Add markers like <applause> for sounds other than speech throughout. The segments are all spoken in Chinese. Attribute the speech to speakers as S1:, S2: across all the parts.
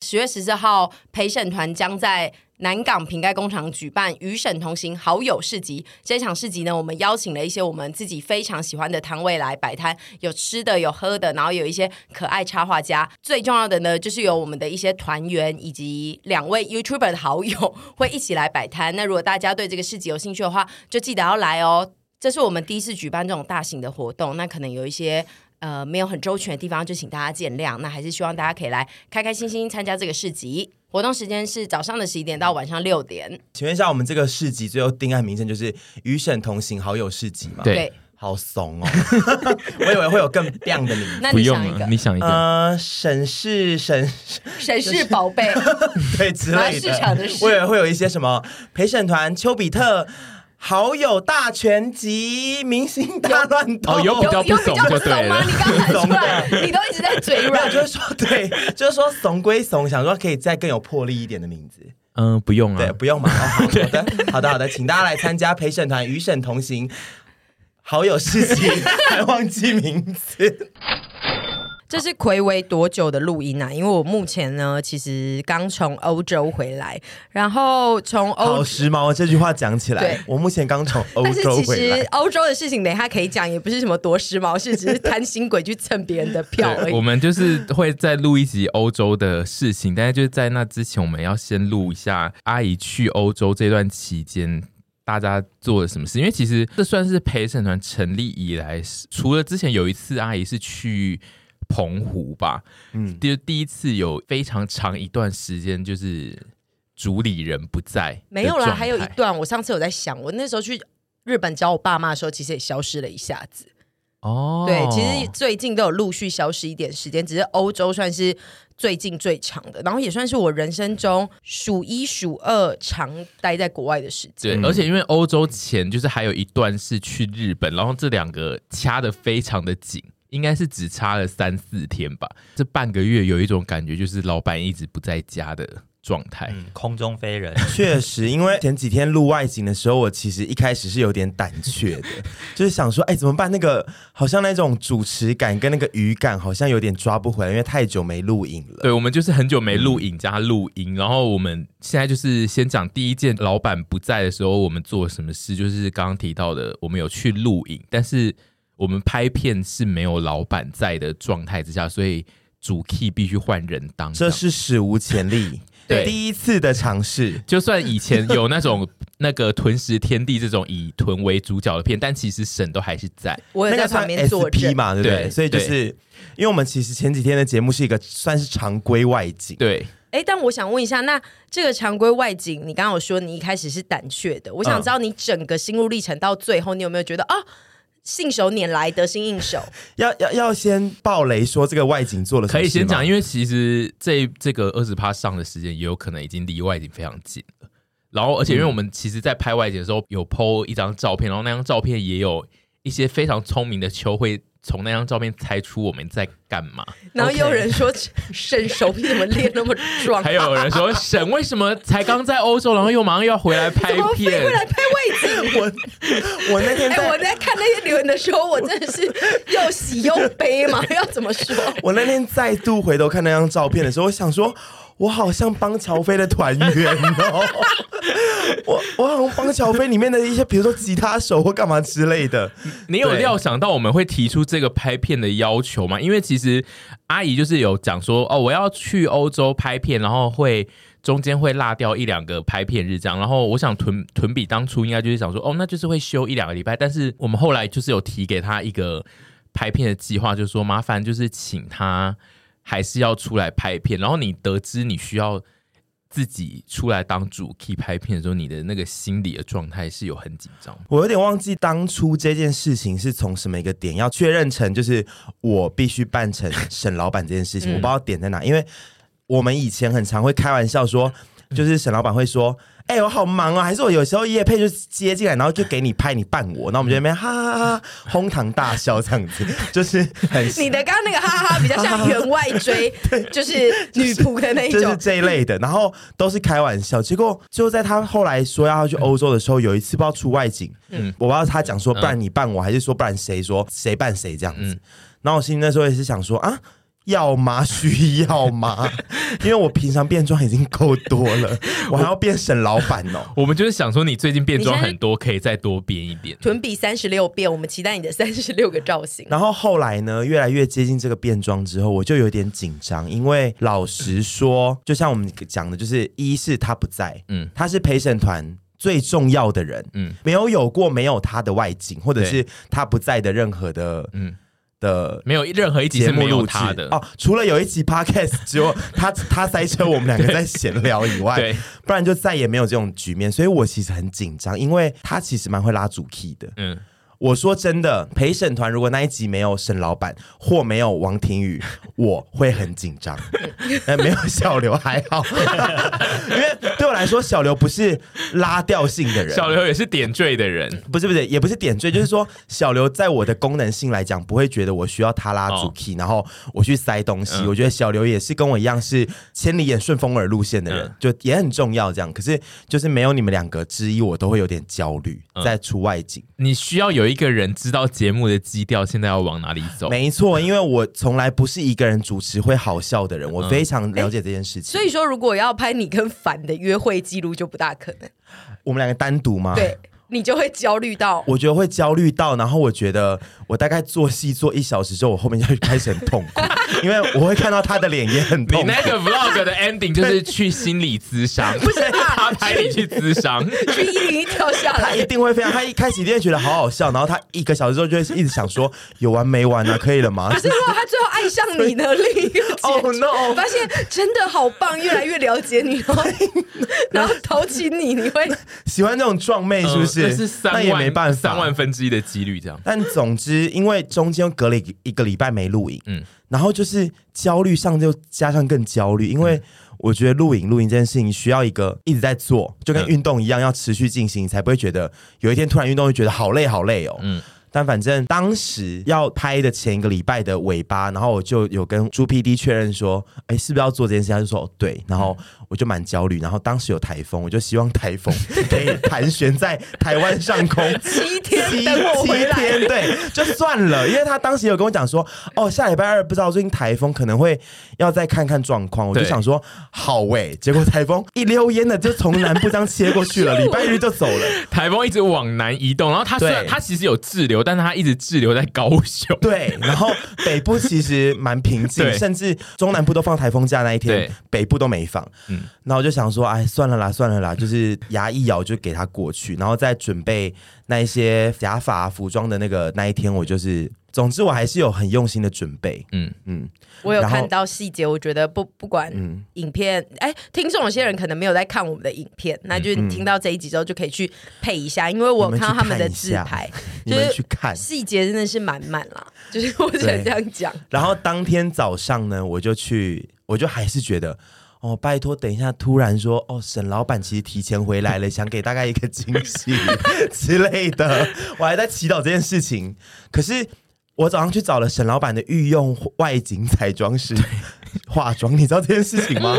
S1: 十月十四号，陪审团将在南港瓶盖工厂举办“与审同行好友市集”。这场市集呢，我们邀请了一些我们自己非常喜欢的摊位来摆摊，有吃的，有喝的，然后有一些可爱插画家。最重要的呢，就是有我们的一些团员以及两位 YouTuber 的好友会一起来摆摊。那如果大家对这个市集有兴趣的话，就记得要来哦。这是我们第一次举办这种大型的活动，那可能有一些呃没有很周全的地方，就请大家见谅。那还是希望大家可以来开开心心参加这个市集。活动时间是早上的十一点到晚上六点。
S2: 请问一下，我们这个市集最后定案名称就是“与沈同行好友市集”吗？
S3: 对，
S2: 好怂哦， <laughs> 我以为会有更亮的名
S3: <laughs>
S2: 字。
S1: 那
S3: 不
S1: 你
S3: 用
S1: 想一
S3: 了，
S1: 个
S3: 你想一个，
S2: 呃，沈氏沈
S1: 谁是宝贝？
S2: 对之
S1: 然后
S2: 类
S1: 市场
S2: 的
S1: 的，市
S2: 我以为会有一些什么陪审团、丘比特。好友大全集，明星大乱斗，
S3: 哦 <laughs> 有比较
S1: 有有比较
S3: 不
S1: 不
S3: 怂就对
S1: 怂吗？
S3: 了
S1: 你刚才出 <laughs> 来，你都一直在嘴
S2: 没有
S1: 软。
S2: 就是说，对，就是说怂归怂，想说可以再更有魄力一点的名字。
S3: 嗯、不用
S2: 对，
S3: 啊，
S2: 不用
S1: <laughs>
S2: 嘛。哦、好好的，好的，好的，请大家来参加陪审团与审同行。好友事情还忘记名字，
S1: 这是暌违多久的录音啊？因为我目前呢，其实刚从欧洲回来，然后从
S2: 好
S1: 欧
S2: 时髦。这句话讲起
S1: 哦对
S2: 来，我目前刚从欧
S1: <laughs> 但是
S2: 洲
S1: 其
S2: 回
S1: 实
S2: 来。
S1: 欧洲的事情，等一下可以讲，也不是什么多时髦事，只是贪心鬼去蹭别人的票而
S3: 对，我
S1: 已。
S3: 们就是会再录一集欧洲的事情，但是就是在那之前，我们要先录一下阿姨去欧洲这段期间。大家做了什么事？因为其实这算是陪审团成立以来，除了之前有一次阿姨是去澎湖吧，
S2: 嗯，
S3: 第第一次有非常长一段时间就是主理人不在的状态，
S1: 没有啦，还有一段，我上次有在想，我那时候去日本找我爸妈的时候，其实也消失了一下子。
S3: 哦，
S1: 对，其实最近都有陆续消失一点时间，只是欧洲算是最近最长的，然后也算是我人生中数一数二长待在国外的时间。
S3: 对，
S2: 嗯
S3: 而且因为欧洲前就是还有一段是去日本，然后这两个掐的非常的紧，应该是只差了三四天吧。这半个月有一种感觉，就是老板一直不在家的状态。
S4: 嗯，空中飞 <laughs> 人，
S2: 确实，因为前几天录外景的时候，我其实一开始是有点胆怯
S1: <laughs>
S2: 的，就是想说，哎、怎么办？那个好像那种主持感跟那个语感好像有点抓不回来，因为太久没录影了。
S3: 对，我们就是很久没录影加录音，然后我们现在就是先讲第一件，老板不在的时候我们做了什么事，就是刚刚提到的，我们有去录影，但是我们拍片是没有老板在的状态之下，所以主 key 必须换人当。
S2: 这
S3: 样
S2: 是史无前例，
S3: 对
S2: 第一次的尝试。
S3: 就算以前有那种 <laughs> 那个《吞食天地》这种以豚为主角的片，但其实神都还是在。
S1: 我也
S2: 那
S1: 在
S2: 个
S1: 旁
S2: 算
S1: 边坐
S2: SP
S1: 着。
S2: 嘛，对不对？
S3: 对
S2: 所以就是因为我们其实前几天的节目是一个算是常规外景，
S3: 对，
S1: 哎，但我想问一下，那这个常规外景，你刚刚有说你一开始是胆怯的，我想
S2: 嗯
S1: 知道你整个心路历程到最后，你有没有觉得啊，信手拈来，得心应手？
S2: 要要要先爆雷说这个外景做了什
S3: 可
S2: 么
S3: 以
S2: 事吗，
S3: 先讲，因为其实这这个二十趴上的时间也有可能已经离外景非常近了。然后，而且因为我们其实，在拍外景的时候有 PO 一张照片，然后那张照片也有一些非常聪明的秋会从那张照片猜出我们在干嘛。
S1: 然后也有人说，伸手你怎么练那么壮？
S3: 还有人说，沈为什么才刚在欧洲，然后又马上又要回来拍
S1: <laughs> 怎么飞
S3: 片
S1: 过？来拍外景？
S2: 我那天
S1: 哎、
S2: 在、
S1: <laughs> 我在看那些留言的时候，我真的是又喜又悲嘛， <laughs> 要怎么说？
S2: 我那天再度回头看那张照片的时候，我想说，我好像帮乔飞的团员
S3: <laughs>
S2: 哦，我我好像帮乔飞里面的一些，比如说吉他手或干嘛之类的，
S3: <laughs> 你有
S2: 对
S3: 料想到我们会提出这个拍片的要求吗？因为其实阿姨就是有讲说，哦，我要去欧洲拍片，然后会中间会落掉一两个拍片日这样。然后我想屯屯比当初应该就是想说，哦，那就是会休一两个礼拜。但是我们后来就是有提给他一个拍片的计划，就是说麻烦就是请他还是要出来拍片。然后你得知你需要。自己出来当主 key 拍片的时候，你的那个心理的状态是有很紧张吗，
S2: 我有点忘记当初这件事情是从什么一个点要确认成，就是我必须办成沈老板这件事情，
S3: 嗯
S2: 我不知道点在哪，因为我们以前很常会开玩笑说，就是沈老板会说。哎、我好忙啊！还是我有时候夜配就接进来，然后就给你拍，你扮我，然后我们就在那边哈哈哈哈，哄堂大笑这样子，就是很
S1: 你的刚刚那个哈哈比较像员外 <laughs> 追，就是女仆的那一
S2: 就是
S1: 种。
S2: 这一类的，然后都是开玩笑。结果就在他后来说要去欧洲的时候，有一次不知道出外景，
S3: 嗯
S2: 我不知道他讲说不然你办我，还是说不然谁说谁办谁这样子。
S3: 嗯
S2: 然后我心里那时候也是想说啊。要吗？ <laughs> 需要吗？因为我平常变装已经够多了，我还要变沈老板哦。
S3: 我们就是想说，你最近变装很多，可以再多变一点。
S1: 臀比三十六变，我们期待你的三十六个造型。
S2: 然后后来呢，越来越接近这个变装之后，我就有点紧张，因为老实说，就像我们讲的，就是一是他不在，
S3: 嗯
S2: 嗯，他是陪审团。最重要的人，
S3: 嗯
S2: 嗯，没有有过没有他的外景，或者
S3: 对
S2: 是他不在的任何的，
S3: 嗯
S2: 嗯的
S3: 没有任何一集
S2: 节
S3: 是没
S2: 目
S3: 有
S2: 录制
S3: 他的。
S2: 哦，除了有一集 podcast 只有他他塞车，我们两个在闲聊以外，
S3: <laughs> 对，
S2: 不然就再也没有这种局面。所以我其实很紧张，因为他其实蛮会拉主 key 的，
S3: 嗯，
S2: 我说真的，陪审团如果那一集没有沈老板或没有王庭
S3: <laughs>
S2: 宇，我会很紧张。 <laughs> 呃，没有小刘还好， <laughs> 因为对我来说，小刘不是拉调性的人。
S3: 小刘也是点缀的人，
S2: 不是不是，也不是点缀，就是说小刘在我的功能性来讲，不会觉得我需要他拉主
S3: 哦
S2: key，、然后我去塞东西。
S3: 嗯
S2: 我觉得小刘也是跟我一样是千里眼顺风耳路线的人，
S3: 嗯
S2: 就也很重要这样。可是就是没有你们两个之一，我都会有点焦虑，
S3: 嗯
S2: 在出外景。
S3: 你需要有一个人知道节目的基调，现在要往哪里走。
S2: 没错，因为我从来不是一个人主持会好笑的
S3: 嗯
S2: 人，我非常了解这件事情。
S1: <laughs> 所以说，如果要拍你跟凡的约会记录，就不大可能。啊
S2: 我们两个单独嘛，
S1: <laughs> 对，你就会焦虑到
S2: 我觉得会焦虑到，然后我觉得我大概做戏做一小时之后，我后面就开始很痛苦，因为我会看到他的脸也很
S3: 你
S2: 痛苦。
S3: 那个 vlog 的 ending 就是去心理
S2: <laughs>
S3: 咨商，不是
S2: 啊
S3: 他拍你去咨商，
S1: 去一零一跳下
S2: 他一
S1: 来。
S2: 定会非常，他一开始一定会觉得好好笑，然后他一个小时之后就会一直想说有完没完啊，可以了吗？
S1: 可是如果他最后爱上你 <laughs> 呢？另一个
S2: Oh
S1: 结局
S2: no
S1: 发现真的好棒，越来越了解你，
S2: <laughs>
S1: 然后然后投起你，你会
S2: 喜欢这种壮妹是不是？
S3: 呃那是三
S2: 那
S3: 万
S2: 也没办法，
S3: 三万分之一的几率这样。
S2: 但总之，因为中间隔了一个一个礼拜没录影，
S3: 嗯
S2: 嗯，然后就是焦虑上就加上更焦虑，因
S3: 嗯
S2: 为我觉得录影录影这件事情需要一个一直在做，就跟
S3: 嗯
S2: 运动一样，要持续进行，你才不会觉得有一天突然运动就觉得好累好累哦。
S3: 嗯
S2: 嗯。但反正当时要拍的前一个礼拜的尾巴，然后我就有跟朱 PD 确认说，哎、是不是要做这件事？他就说哦对，然
S3: 嗯
S2: 后我就蛮焦虑。然后当时有台风，我就希望台风可以盘旋在台湾上
S3: <laughs>
S2: 空，
S1: 七天
S2: 七
S1: 等我回
S2: 七
S1: 来。
S2: 天，对，就算了，因为他当时有跟我讲说，哦，下礼拜二不知道最近台风可能会要再看看状况，我就
S3: 对
S2: 想说好喂、结果台风一溜烟的就从南部这样切过去了，礼拜日就走了。
S3: 台风一直往南移动，然后它虽然
S2: 对
S3: 它其实有滞留，但是它一直滞留在高雄。
S2: 对，然后北部其实蛮平静，
S3: 对
S2: 甚至中南部都放台风假那一
S3: 对
S2: 天，北部都没放。
S3: 嗯
S2: 嗯，那我就想说，哎，算了啦，算了啦，就是牙一咬就给它过去，然后再准备那一些假发、服装的那个那一天，我就是，总之我还是有很用心的准备。
S3: 嗯
S2: 嗯嗯，
S1: 我有
S2: 然后
S1: 看到细节，我觉得不不管
S2: 嗯
S1: 影片，哎、听众有些人可能没有在看我们的影片，那就是
S2: 嗯
S1: 听到这一集之后就可以去配一下，因为我有看到他们的自拍，
S2: 你们去看。
S1: 细节真的是满满啦，就是我只能这样讲。
S2: <laughs> 然后当天早上呢，我就去，我就还是觉得。哦，拜托，等一下，突然说，哦，沈老板其实提前回来了，想给大家一个惊 <laughs> 喜之类的，我还在祈祷这件事情。可是我早上去找了沈老板的御用外景彩妆师化妆，你知道这件事 <laughs> 情吗？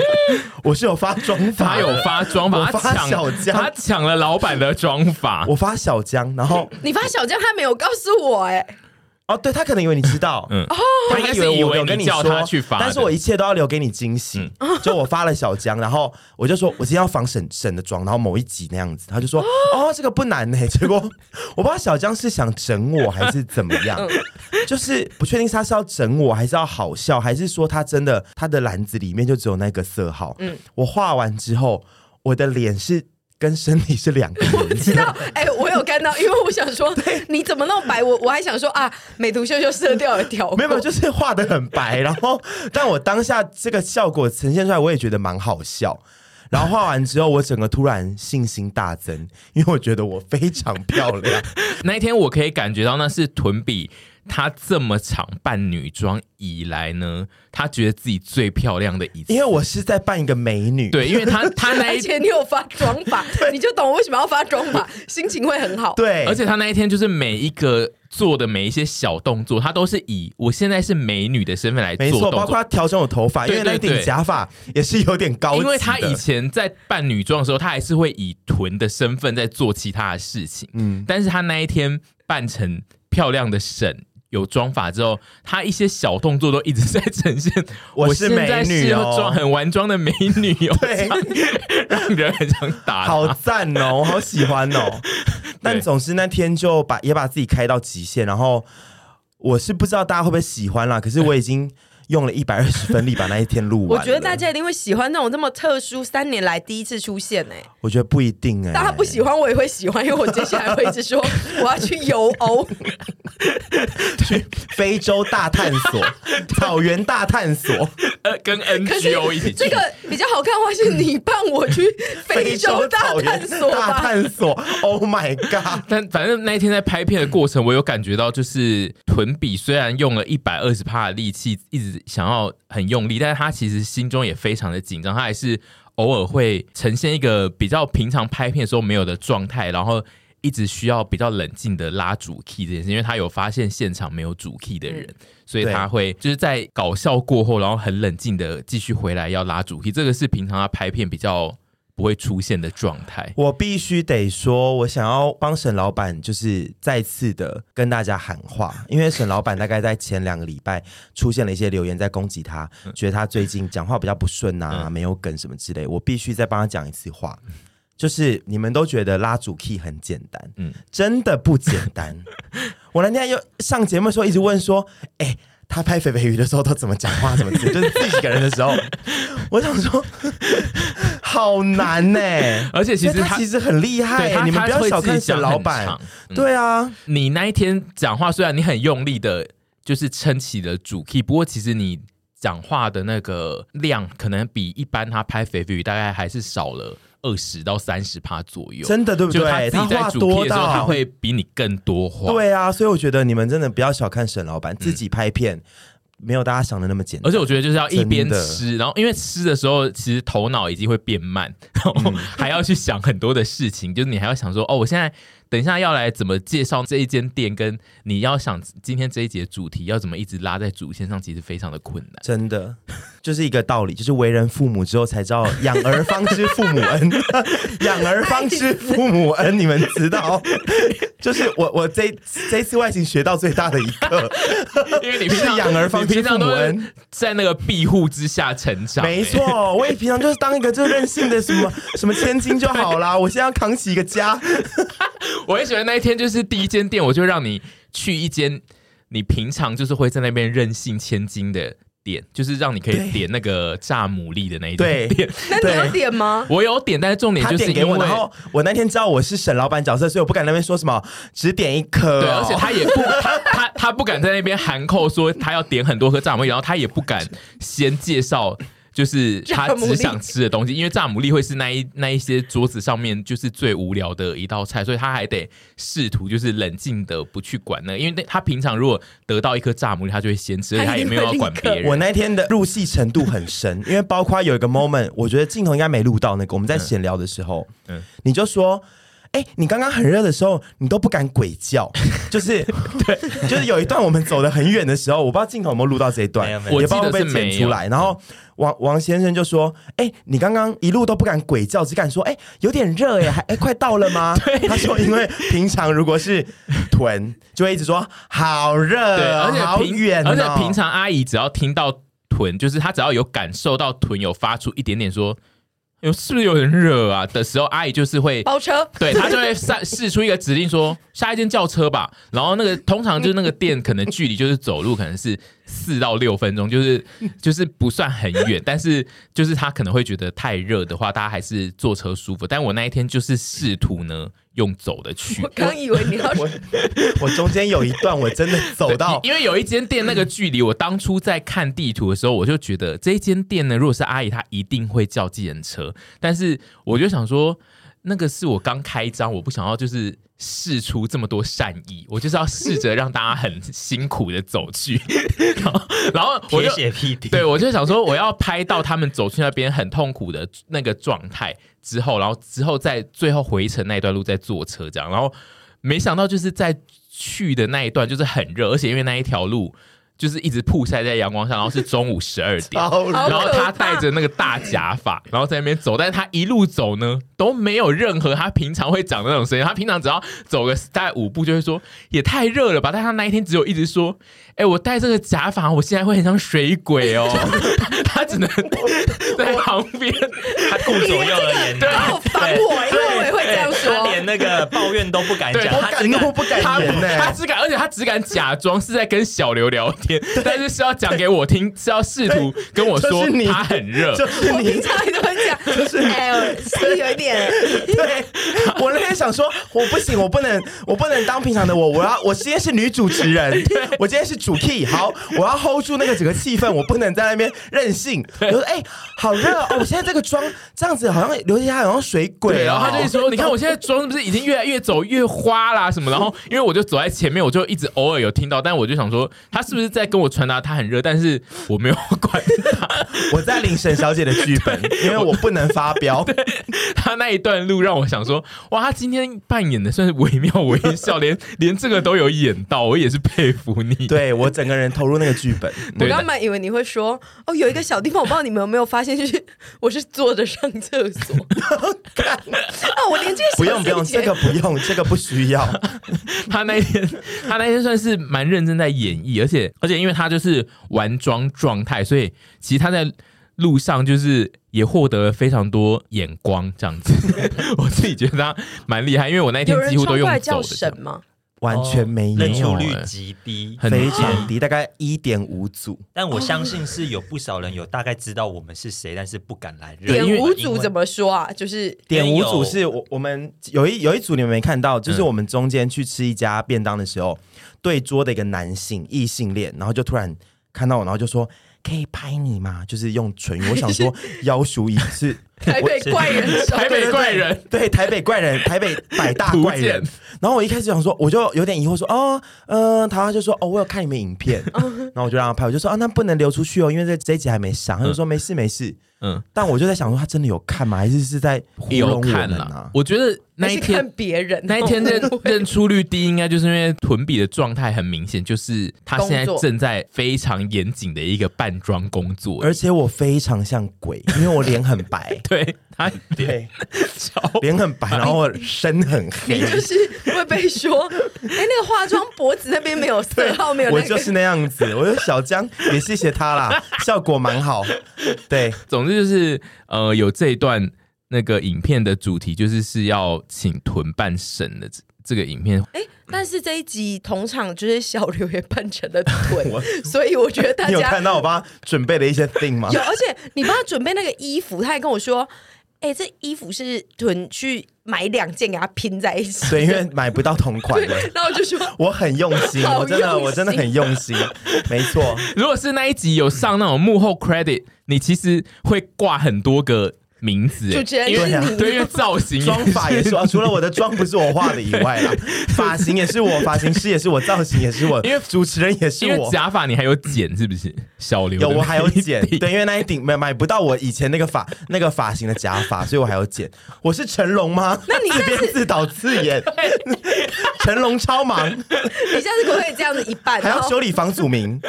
S2: 我是有发妆法
S3: 他
S2: 的，
S3: 有发妆
S2: 我
S3: 法，
S2: 发
S3: 他抢
S2: 小江
S3: 他抢了老板的妆法。
S2: 我发小江，然后
S1: 你发小江他没有告诉我、
S2: <laughs>
S1: 哎，
S2: 哦，对他可能以为你知道，
S3: 嗯
S2: 嗯，
S3: 他应该是以
S2: 以为我
S3: 为
S2: 有跟
S3: 你叫
S2: 说，
S3: 他去发的，嗯
S2: 但是我一切都要留给你惊喜。 <laughs> 就我发了小江，然后我就说我今天要仿沈沈的妆，然后某一集那样子，他就说哦这个不难呢、 <laughs> 结果我不知道小江是想整我还是怎么样，
S3: 嗯
S2: <laughs> 就是不确定他是要整我还是要好笑，还是说他真的他的篮子里面就只有那个色号。嗯，我画完之后，我的脸是跟身体是两个颜色
S1: 知。道？哎、我有看到，因为我想
S2: <laughs>
S1: 说，你怎么那么白？我我还想说啊，美图秀秀色调有调过
S2: 哦没有，没有，就是画的很白。然后，但我当下这个效果呈现出来，我也觉得蛮好笑。然后画完之后，我整个突然信心大增，因为我觉得我非常漂 <laughs> 亮。
S3: 那一天我可以感觉到，那是屯比她这么长扮女装以来呢，她觉得自己最漂亮的一次
S2: 因。为我是在扮一个美女，，
S3: 对，因
S2: <laughs>
S3: 为她她那
S1: 而
S3: 一
S1: 且你有发妆法，你就懂我为什么要发妆法，心情会很好。
S2: 对，
S3: 而且她那一天就是每一个做的每一些小动作，她都是以我现在是美女的身份来
S2: 没
S3: 做
S2: 错，
S3: 动
S2: 包括
S3: 作。
S2: 她调整我头发，
S3: 对
S2: 因为那
S3: 对对
S2: 顶假发也是有点高级
S3: 因
S2: 的，
S3: 为她以前在扮女装的时候，她还是会以臀的身份在做其他的事情，嗯，但是她那一天扮成漂亮的沈，有妆法之后，她一些小动作都一直在呈现。
S2: <laughs> 我
S3: 我
S2: 是
S3: 现在
S2: 美女
S3: 是
S2: 哦
S3: 妆很完妆的美女哦，
S2: <laughs> 对，
S3: <laughs> 让人很想打她。
S2: 好赞哦，我好喜欢
S3: <laughs>
S2: 哦。但总之那天就把也把自己开到极限，然后我是不知道大家会不会喜欢啦，可是我已经用了一百二十分力把那一天录完
S1: 我
S2: 了。
S1: 觉得大家一定会喜欢那种这么特殊，三年来第一次出现哎、欸。
S2: 我觉得不一定哎、
S1: 但他不喜欢，我也会喜欢，因为我接下来会一直说我要去游欧，
S2: 非洲大探
S1: <laughs>
S2: 索，草原大探索，
S3: 呃，跟
S1: 可是
S3: NGO 一起
S1: 这
S3: 去。
S1: 个比较好看的话是你伴我去非洲大
S2: 草
S1: 探
S2: 原
S1: 索
S2: 大
S1: 吧。
S2: 探索，Oh my god！
S3: 但反正那一天在拍片的过程，我有感觉到，就是屯比虽然用了一百二十帕的力气，一直想要很用力，但是他其实心中也非常的紧张，他还是偶尔会呈现一个比较平常拍片的时候没有的状态，然后一直需要比较冷静的拉主 key 这件事，因为他有发现现场没有主 key 的人，所以他会就是在搞笑过后，然后很冷静的继续回来要拉主 key，这个是平常他拍片比较不会出现的状态。
S2: 我必须得说，我想要帮沈老板，就是再次的跟大家喊话，因为沈老板大概在前两个礼拜出现了一些留言在攻击他，觉得他最近讲话比较不顺啊，没有梗什么之类。我必须再帮他讲一次话，就是你们都觉得拉主 key 很简单，嗯
S3: 嗯，
S2: 真的不简单。我那天又上节目的时候一直问说，哎、他拍肥肥鱼的时候都怎么讲话，怎么字，就是自己一个人的时候，我想说 <laughs> 好难欸呢、
S3: 而且其实
S2: 因为
S3: 他
S2: 他其实很厉害
S3: 对他，
S2: 你们不要小看沈老
S3: 他会
S2: 板
S3: 自己讲很。长嗯
S2: 对啊，
S3: 你那一天讲话，虽然你很用力的，就是撑起了主 key，不过其实你讲话的那个量，可能比一般他拍肥肥鱼大概还是少了二十到三十趴左右。
S2: 真的对不
S3: 就他
S2: 对？
S3: 自己在
S2: 话
S3: 主 key
S2: 多
S3: 的时候，他
S2: 到
S3: 会嗯比你更多话。，
S2: 对啊，所以我觉得你们真的不要小看沈老板，自己拍片没有大家想的那么简单
S3: 嗯而。且我觉得就是要一边
S2: 真的
S3: 吃，然后因为吃的时候，其实头脑已经会变慢，然
S2: 嗯
S3: 后 <laughs> 还要去想很多的事情，就是你还要想说，哦，我现在等一下要来怎么介绍这一间店，跟你要想今天这一节主题要怎么一直拉在主线上，其实非常的困难。
S2: 真的就是一个道理，就是为人父母之后才知道养儿方知父母
S3: <laughs>
S2: 恩，养儿方知父母恩，你们知道？ <laughs> 就是我我这这次外勤学到最大的一课，
S3: 因为你平常
S2: 是养儿方知
S3: 你平常
S2: 父母
S3: 都是
S2: 恩
S3: 在那个庇护之下成 <laughs> 长、
S2: 没
S3: 欸，
S2: 错，我也平常就是当一个就任性的什么什么千金就好啦，我现在要扛起一个家，
S3: 我很喜欢那一天，就是第一间店，我就让你去一间你平常就是会在那边任性千金的店，就是让你可以点那个炸牡蛎的那一种
S2: 对
S3: 店。
S1: <laughs> 那哎你有点吗？
S3: 我有点，但是重点
S2: 他
S3: 就是
S2: 点给
S3: 因
S2: 我，
S3: 为
S2: 然后我那天知道我是沈老板角色，所以我不敢那边说什么，只点一颗、
S3: 对，而且他也不他他他不敢在那边含扣说他要点很多颗炸牡蛎，然后他也不敢先介绍。就是他只想吃的东西，因为炸牡蛎会是那一 <laughs> 那一些桌子上面就是最无聊的一道菜，所以他还得试图就是冷静的不去管那个，因为那他平常如果得到一颗炸牡蛎，他就会先吃，而且他也没有要管别
S2: 我
S3: 人。
S2: 那天的入戏程度很深，因为包括有一个 moment，我觉得镜头应该没录到那个，我们在闲聊的时候，嗯
S3: 嗯，
S2: 你就说。哎、你刚刚很热的时候，你都不敢鬼叫， <laughs> 就是对，就是有一段我们走得很远的时候，我不知道镜头有没有录到这一段，
S4: 没有没
S3: 有
S2: 也不知道会
S3: 哎我
S2: 不
S3: 记
S2: 会
S3: 得是
S2: 剪出来。
S3: 没有
S2: 然后王王先生就说：“哎、你刚刚一路都不敢鬼叫，只敢说哎、有点热哎、还哎、快到了
S3: <laughs>
S2: 吗？”他说：“因为平常如果是臀，就会一直说好热，
S3: 对，而
S2: 呃好
S3: 且平
S2: 远、哦，
S3: 而且平常阿姨只要听到臀，就是她只要有感受到臀有发出一点点说，有是不是有点热啊的时候，阿姨就是会
S1: 包车，
S3: 对他就会散试出一个指令说下一间叫车吧，然后那个通常就是那个店可能距离就是走路可能是四到六分钟，就是 <laughs> 就是不算很远，但是就是他可能会觉得太热的话，大家还是坐车舒服。但我那一天就是试图呢用走的去
S1: 我。刚以为你要
S2: <laughs> 我我中间有一段我真的走
S3: 对
S2: 到
S3: 因因为有一间店那个距离，我当初在看地图的时候，我就觉得这一间店呢，如果是阿姨，她一定会叫计程车。但是我就想说，那个是我刚开张，我不想要就是试出这么多善意，我就是要试着让大家很辛苦的走去。 <laughs> 然后，然后我
S4: 铁
S3: 就
S4: 血屁敌，
S3: 对我就想说，我要拍到他们走去那边很痛苦的那个状态之后，然后之后在最后回程那一段路再坐车这样，然后没想到就是在去的那一段就是很热，而且因为那一条路就是一直曝晒在阳光上，然后是中午十二点，
S2: 超
S1: 好
S3: 然后
S1: 可怕
S3: 他戴着那个大假发，然后在那边走，但是他一路走呢都没有任何他平常会讲的那种声音。他平常只要走个大概五步就会说也太热了吧，但他那一天只有一直说，哎、我戴这个假发，我现在会很像水
S1: <laughs>
S3: 鬼哦。他只能在旁边，
S4: 他顾左右而言
S1: 然后
S4: 他，
S1: 烦我，因为我也会这样
S4: 他
S1: 说。
S4: 连那个抱怨都不敢哦
S3: 对
S4: 讲，
S3: 我
S2: 我
S4: 他
S2: 敢，我不敢
S3: 他
S2: 言呢、
S3: 他只敢，而且他只敢假装是在跟小刘聊天，但是是要讲给我听，是要试图跟我说
S2: 就是你
S3: 他很热。
S2: <laughs> 就是
S1: 我平
S2: 你。
S1: 常也都会讲，哎，我心里有一点，
S2: 对，我那天想说，我不行，我不能，我不能当平常的我，我要，我今天是女主持
S3: <laughs>
S2: 人，我今天是主 key，好，我要 hold 住那个整个气氛，我不能在那边任性。我说，哎、好热哦，我现在这个妆这样子，好像刘杰他好像水鬼、
S3: 对，
S2: 哦，
S3: 然后他就一直说：“你看我现在妆是不是已经越来越走越花啦什么？”然后因为我就走在前面，我就一直偶尔有听到，但我就想说他是不是在跟我传达他很热，但是我没有 <laughs> 管他。
S2: <laughs> 我在领沈小姐的剧
S3: <laughs>
S2: 本，因为我不能发飙。
S3: 他那一段路让我想说：“哇，他今天扮演的算是惟妙惟肖，连连这个都有演到，我也是佩服你。”
S2: 对我整个人投入那个剧本，
S1: 我
S3: 对
S1: 刚本以为你会说，哦，有一个小地方，我不知道你们有没有发现，就是 <laughs> 我是坐着上厕所。哦，我连这个
S2: 不用不用，这
S1: 这
S2: 个不用，哦这个不需要。
S3: <laughs> 他那一天，他那一天算是蛮认真在演绎，而且而且因为他就是玩妆状态，所以其实他在路上就是也获得了非常多眼光，这样子。 <laughs> 我自己觉得他蛮厉害，因为我那一天
S1: 有人
S3: 几乎都
S1: 冲过
S3: 用
S1: 来
S3: 走
S1: 叫
S3: 的
S1: 神。吗？
S2: 完全没有，
S4: 认出
S3: 没
S4: 率
S3: 有哎
S4: 极低，
S3: 很
S2: 非常低，大概一点五组。
S4: 但
S1: 哦
S4: 我相信是有不少人有大概知道我们是谁，但是不敢来认。
S1: 点
S4: 因为
S1: 五组怎么说啊？就是
S2: 点五
S4: 有
S2: 组是我我们有一有一组你们没看到，就是
S3: 嗯
S2: 我们中间去吃一家便当的时候，对桌的一个男性异性恋，然后就突然看到我，然后就说可以拍你吗？就是用唇语，我想 <laughs> 说妖叔一是
S1: 台北怪人手，
S3: 台北怪人，
S2: <laughs> 对台北怪人，台北百大怪人
S3: 图。
S2: 然后我一开始想说，我就有点疑惑说，哦，嗯、他就说，哦，我有看你们影片，然后我就让他拍，我就说啊，那不能流出去哦，因为这这一集还没上。他就说没事没事，
S3: 嗯，
S2: 但我就在想说，他真的有看吗？还是是在糊弄
S3: 有
S2: 我们啊
S3: 看
S2: 呢
S3: 了？。我觉得那
S1: 还
S3: 一
S1: 是
S3: 天
S1: 看别人
S3: 那一天认
S1: 哦
S3: 认出率低，应该就是因为臀比的状态很明显，就是他现在
S1: 工作
S3: 正在非常严谨的一个扮装工作。，
S2: 而且我非常像鬼，因为我脸很白
S3: 对他
S2: 对，
S3: 超
S2: 脸很白，然后我身很
S1: <laughs> <laughs> 你
S2: 黑，
S1: 就是会被说，哎，那个化妆脖子那边没有色号，没有
S2: 我
S1: 那个
S2: 就是那样子。我觉得小江也谢谢他啦，效果蛮好。对，
S3: 总之就是呃，有这一段那个影片的主题就是是要请屯办神的这这个影片，
S1: 哎，但是这一集同场就是小刘也扮成了臀，所以我觉得大
S2: 你有
S1: 家
S2: 看到我帮他准备的一些 thing 吗？
S1: 有，而且你帮他准备那个衣服，他还跟我说：“哎、这衣服是屯去买两件给他拼在一起。”
S2: <laughs> 对，因为买不到同款的。
S1: <laughs> 然后我就说
S2: 我很用心，
S1: 好
S2: 我真的
S1: 用心
S2: 我真的很用心，没 <laughs> 错，
S3: 如果是那一集有上那种幕后 credit，你其实会挂很多个名字，：“
S1: 主持人
S3: 因
S1: 是
S3: 为
S2: 对啊
S1: 你。
S3: 对，因为造型
S2: 妆法也是，啊除了我的妆不是我画的以外 <laughs> 啦，发型也是我，发型师也是我，造型也是我，
S3: 因为
S2: 主持人也是
S3: 因为
S2: 我。
S3: 假发你还有剪是不是？小刘的
S2: 有，我还有
S3: 那一
S2: 剪，<laughs>
S3: 顶
S2: 对，因为那一顶买买不到我以前那个发那个发型的假发，所以我还有剪。我是成龙吗？那
S1: 你
S2: <laughs> 自编自导自演， <laughs> 成龙超 <laughs>
S1: <laughs>
S2: 忙，
S1: 你下次可不可以这样子一半？”
S2: 还
S1: 然
S2: 要
S1: 后
S2: 修理房祖名，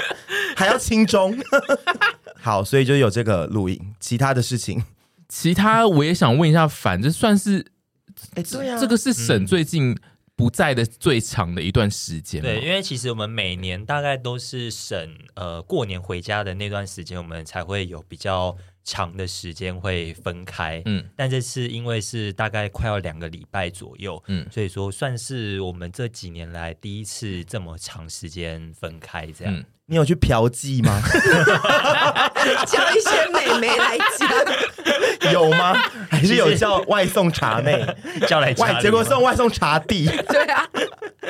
S2: 还要轻中。 <laughs> 好，所以就有这个录影，其他的事情，
S3: 其他我也想问一下，反正算是
S2: 哎，对
S3: 这个是
S4: 嗯
S3: 沈最近不在的最长的一段时间吗，
S4: 对，因为其实我们每年大概都是省呃过年回家的那段时间，我们才会有比较长的时间会分开。
S3: 嗯
S4: 嗯，但这次因为是大概快要两个礼拜左右，
S3: 嗯
S4: 嗯，所以说算是我们这几年来第一次这么长时间分开这样。
S3: 嗯
S2: 你有去嫖妓吗？
S1: 叫一些美眉来
S3: <laughs>
S1: 加，
S2: <laughs> 有吗？ <laughs> 还是有叫外送茶妹？
S4: <laughs> 叫来家里
S2: 嗯外结果
S4: 吗
S2: 送外送哎茶弟，
S1: 对啊，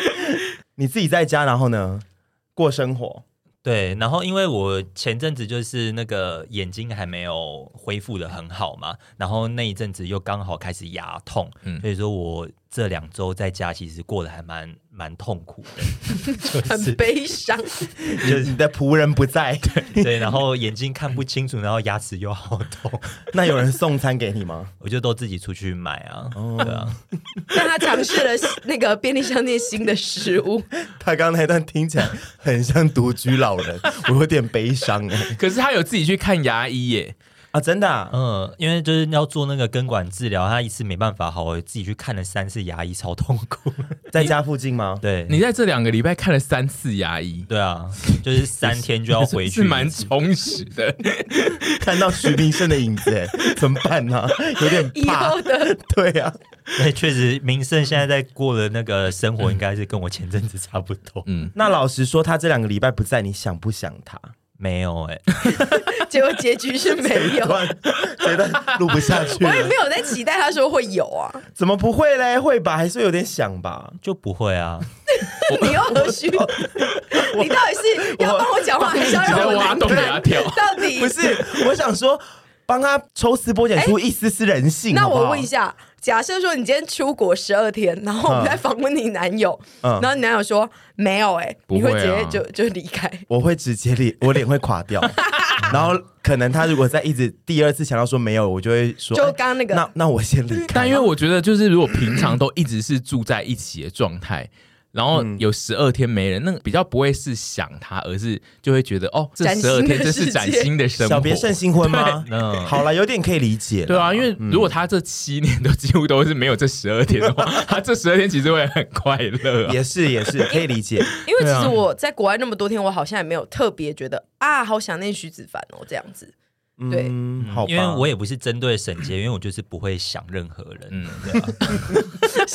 S2: <laughs> 你自己在家，然后呢过生活？
S4: 对，然后因为我前阵子就是那个眼睛还没有恢复的很好嘛，然后那一阵子又刚好开始牙痛，
S3: 嗯
S4: 所以说我这两周在家其实过得还蛮蛮痛苦
S2: <laughs>
S4: 的。
S1: 很悲伤。
S2: 就是你的仆人不在，
S4: 对，然后眼睛看不清楚，然后牙齿又好痛，
S2: <laughs> 那有人送餐给你吗？
S4: 我就都自己出去买啊。对啊，
S1: 但他尝试了那个便利商店新的食物，
S2: 他刚才那段听起来很像独居老 <laughs> 人，我有点悲伤哎
S3: 可是他有自己去看牙医耶，
S2: 啊，真的啊、
S4: 嗯，因为就是要做那个根管治疗，他一次没办法好，我自己去看了三次牙医，超痛苦。
S2: 在家附近吗？
S4: 对，
S3: 你在这两个礼拜看了三次牙医，
S4: 对啊，就是三天就要回去
S3: 是蛮
S4: 一次
S3: 充实的。
S2: 看到徐明胜的影子哎， <laughs> 怎么办呢、有点
S1: 以
S2: 怕
S1: 后。的
S2: 对 <laughs> 啊，
S4: 对，确实，明胜现在在过的那个生活，应该是跟我前阵子差不多。
S3: 嗯，
S2: 那老实说，他这两个礼拜不在，你想不想 <laughs> 他？
S4: 没有哎、
S1: 结果结局是没
S2: 这一
S1: 有。
S3: <laughs>
S2: 段这一段录不下去
S3: 啊
S1: 我也
S2: 了
S1: 没，有在期待他说会有啊，
S2: 怎么不会嘞？会吧？还是有点想吧？
S4: 就不会啊。
S1: 你又何须？你到底是要帮我讲话，还是要
S3: 你
S1: 让
S3: 在
S1: 我
S3: 挖
S1: 难
S3: 洞给
S1: 堪？
S3: 他跳。
S1: 到底
S2: 不是，
S1: <laughs>
S2: 我想说，帮他抽丝剥茧出一丝丝人性。
S1: 那
S2: 好不好
S1: 我问一，下，假设说你今天出国十二天，然后我们在访问你男友，
S2: 嗯
S1: 然后你男友说没有、欸，哎，
S3: 不
S1: 你
S3: 会啊
S1: 会直接就就离开？
S2: 我会直接脸，我脸会垮
S1: <laughs>
S2: 掉。然后可能他如果再一直第二次强调说没有，我就会说，
S1: 就
S2: 哎
S1: 刚刚那个
S2: 那那我先离开。
S3: <laughs> 但因为我觉得，就是如果平常都一直是住在一起的状态，然后
S2: 嗯
S3: 有十二天没人，那比较不会是想他，而是就会觉得哦，这
S1: 崭新
S3: 十
S1: 的
S3: 二天这
S1: 世
S3: 是
S1: 界
S3: 崭新的生活。
S2: 小别胜新嗯婚吗？
S4: 嗯，
S2: 好了，有点可以理解。
S3: 对啊，因为如果他这七年都几乎都是没有这十二天的话，他这十二天其实会很快乐、啊。
S2: 也是也是可以理解。
S1: 因为其实我在国外那么多天，我好像也没有特别觉得啊，好想念徐子凡哦，这样子。 <laughs> 对 <laughs>
S2: 嗯，好吧，
S4: 因为我也不是针对沈杰，因为我就是不会想任何人。
S3: 嗯
S4: 对啊，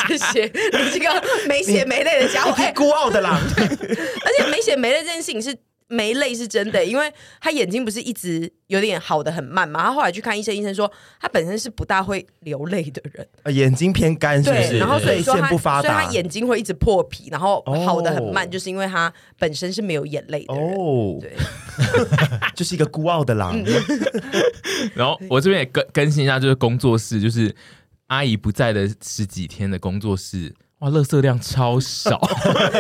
S1: 谢谢你这个没血没泪的家伙，哎、
S2: 挺孤傲的啦。
S1: 而且没血没泪这件事情是没泪是真的，因为他眼睛不是一直有点好的很慢嘛，他后来去看医生，医生说他本身是不大会流泪的人，
S2: 呃 <laughs> 眼睛偏干是不
S1: 对，
S2: 是？
S1: 然后所以
S2: 泪
S1: 说
S2: 腺
S1: 他，哦
S2: 不发
S1: 所以
S2: 达
S1: 他。眼睛会一直破皮，然后好的很慢，
S2: 哦
S1: 就是因为他本身是没有眼泪的人。
S2: 哦，
S1: 对，
S2: <laughs>
S1: 嗯
S2: 就是一个孤傲的狼。
S3: 然后我这边也更更新一下，就是工作室，就是阿姨不在的十几天的工作室，哇，垃圾量超少，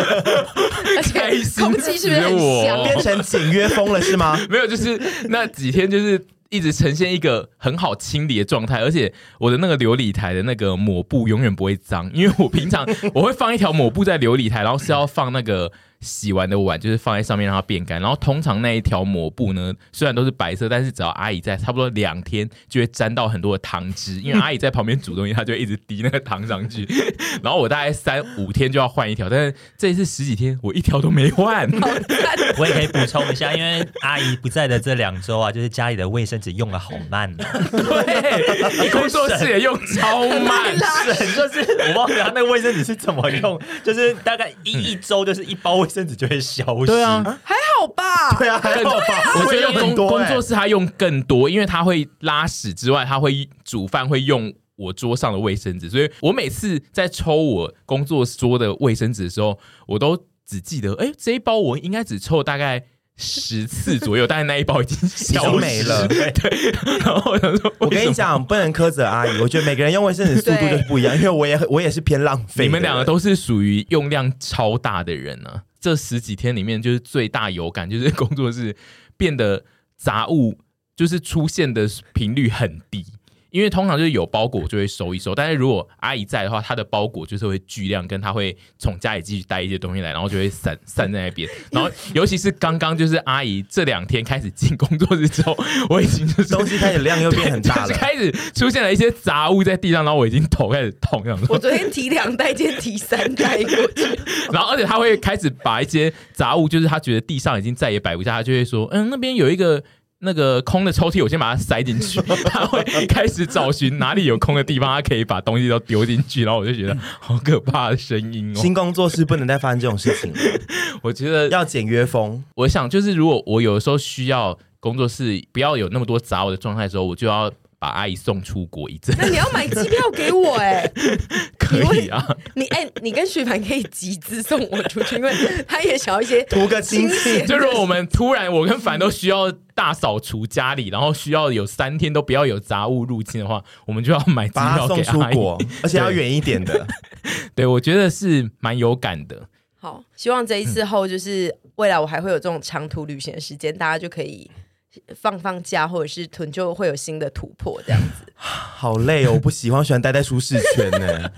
S1: 而
S3: 开
S1: 且
S3: 心
S1: 空气是不是很 <laughs>
S3: 死
S1: 香
S3: 我？
S2: 变成简约风了是
S3: <laughs>
S2: 吗？
S3: 没有，就是那几天就是一直呈现一个很好清理的状态，而且我的那个琉璃台的那个抹布永远不会脏，因为我平常我会放一条抹布在琉璃台，然后是要放那个洗完的碗，就是放在上面让它变干。然后通常那一条抹布呢，虽然都是白色，但是只要阿姨在，差不多两天就会沾到很多的汤汁，因为阿姨在旁边煮东西，她就会一直滴那个汤上去。然后我大概三五天就要换一条，但是这一次十几天我一条都没换。
S4: 我也可以补充一下，因为阿姨不在的这两周啊，就是家里的卫生纸用的好慢、啊，
S3: <laughs> 对，工作室也用超慢。
S4: <laughs> 就是我忘了他那个卫生纸是怎么
S3: <laughs>
S4: 用，就是大概一一周就是一包卫生纸就会消失。
S3: 对啊，
S1: 还好吧？
S2: 对啊，还好吧，
S3: <laughs> 我觉
S2: 会
S3: 得
S2: 用
S3: 工
S2: 很多
S3: 工
S2: 欸
S3: 作室他用更多，因为他会拉屎之外，他会煮饭会用。我桌上的卫生纸，所以我每次在抽我工作桌的卫生纸的时候，我都只记得，哎、这一包我应该只抽大概十次左右，但是那一包已经
S2: 已
S3: 消 <laughs>
S2: 经没
S3: 失
S2: 了。。
S3: 然后我想说，
S2: 我跟
S3: 为
S2: 你
S3: 什么，
S2: 讲，不能苛责阿姨。我觉得每个人用卫生纸速度就不一样，因为我也我也是偏浪费的人。
S3: 你们两个都是属于用量超大的人呢、这十几天里面，就是最大有感，就是工作室变得杂物就是出现的频率很低。因为通常就是有包裹就会收一收，但是如果阿姨在的话，她的包裹就是会巨量，跟她会从家里继续带一些东西来，然后就会散 <laughs> 散在那边。然后尤其是刚刚就是阿姨这两天开始进工作室之后，我已经就是
S2: 东西开始量又变很大
S3: <laughs> 就是
S2: 了。
S3: 开始出现了一些杂物在地上，然后我已经头开始痛，这样子。
S1: 我昨天提两袋，今天提三袋过去，
S3: <laughs> 然后而且他会开始把一些杂物，就是他觉得地上已经再也摆不下，他就会说，嗯，那边有一个。那个空的抽屉，我先把它塞
S1: <laughs>
S3: 进去。他会开始找寻哪里有空的地方，他可以把东西都丢进去。然后我就觉得好可怕的声音哦！
S2: 新工作室不能再发生这种事情了，
S3: 我觉得
S2: 要简约风。
S3: 我想就是，如果我有时候需要工作室不要有那么多杂物的状态的时候，我就要把阿姨送出国一阵，
S1: <laughs> 那你要买机票给我哎、
S3: 可以啊？
S1: <laughs> 你哎、你跟徐凡可以集资送我出去，因为他也想要一些
S2: 图个亲戚
S1: 戚，
S3: <laughs> 就是我们突然，我跟凡都需要大扫除家里，然后需要有三天都不要有杂物入侵的话，我们就要买机
S2: 把
S3: 票
S2: 它
S3: 给
S2: 送出
S3: 阿姨。
S2: 国，而且要远一点的。
S3: 对我觉得是蛮有感的。
S1: 好，希望这一次后就是未来我还会有这种长途旅行的时间，大家就可以放放假，或者是囤就会有新的突破这样子。
S2: 好累哦，我不喜欢，我喜欢待在舒适圈
S3: <laughs>
S2: 呢，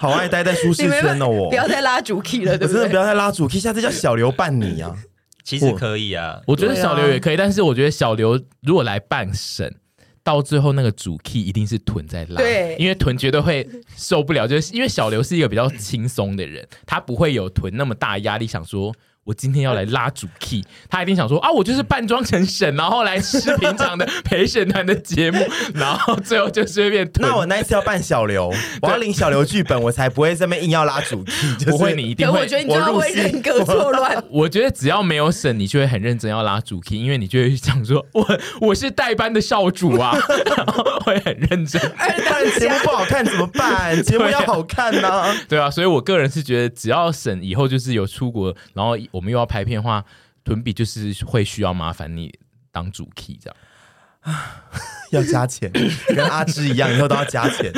S2: 好爱待在舒适
S1: 你们
S2: 圈哦，我
S1: 不要再拉主 key 了，
S2: 我
S1: 对不
S2: 真的不
S1: 对？
S2: 要再拉主 K，下次叫小刘伴你啊，
S4: 其实可以啊，
S3: 我觉得
S1: 对啊
S3: 小刘也可以，但是我觉得小刘如果来办审，到最后那个主 key 一定是臀在拉，
S1: 对
S3: 因为臀绝对会受不了，就是因为小刘是一个比较轻松的人，他不会有臀那么大压力，想说。我今天要来拉主 key，他一定想说啊，我就是扮装成沈，然后来吃平常的陪审团的节目，然后最后就随便臀。
S2: 那我那一次要扮小刘，
S3: <laughs>
S2: 我要领小刘剧本，我才不会这么硬要拉主
S3: <laughs>
S2: K，就是
S3: 不会，你一定
S1: 可
S3: 会。
S1: 我觉得你这样
S3: 入
S1: 会
S3: 戏。
S1: 人格错乱 <laughs>
S3: 我觉得只要没有审，你就会很认真要拉主 key，因为你就会想说，我我是代班的少主啊，然后会很认真，
S1: 二
S2: 不然
S1: 当
S2: 节目
S1: 家
S2: 不好看怎么
S3: <laughs>
S2: 办？节目要好看呢、
S3: 对啊，所以我个人是觉得，只要审以后就是有出国，然后我们又要拍片的话，屯比就是会需要麻烦你当主 key 这样。
S2: 要加钱，跟阿芝一样，以后都要加
S3: <laughs>
S2: 钱。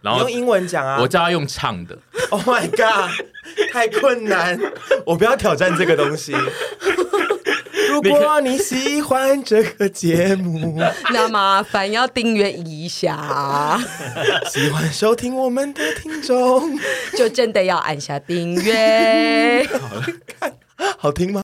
S3: 然后
S2: 你用英文讲啊
S3: 我叫他用唱的，
S2: <laughs> ！Oh my god，太困难，我不要挑战这个东西。 <laughs> 如果你喜欢这个节目，
S1: 那麻烦要订阅一 <laughs> 下，
S2: 喜欢收听我们的听众，
S1: 就真的要按下订阅。
S2: 好听吗？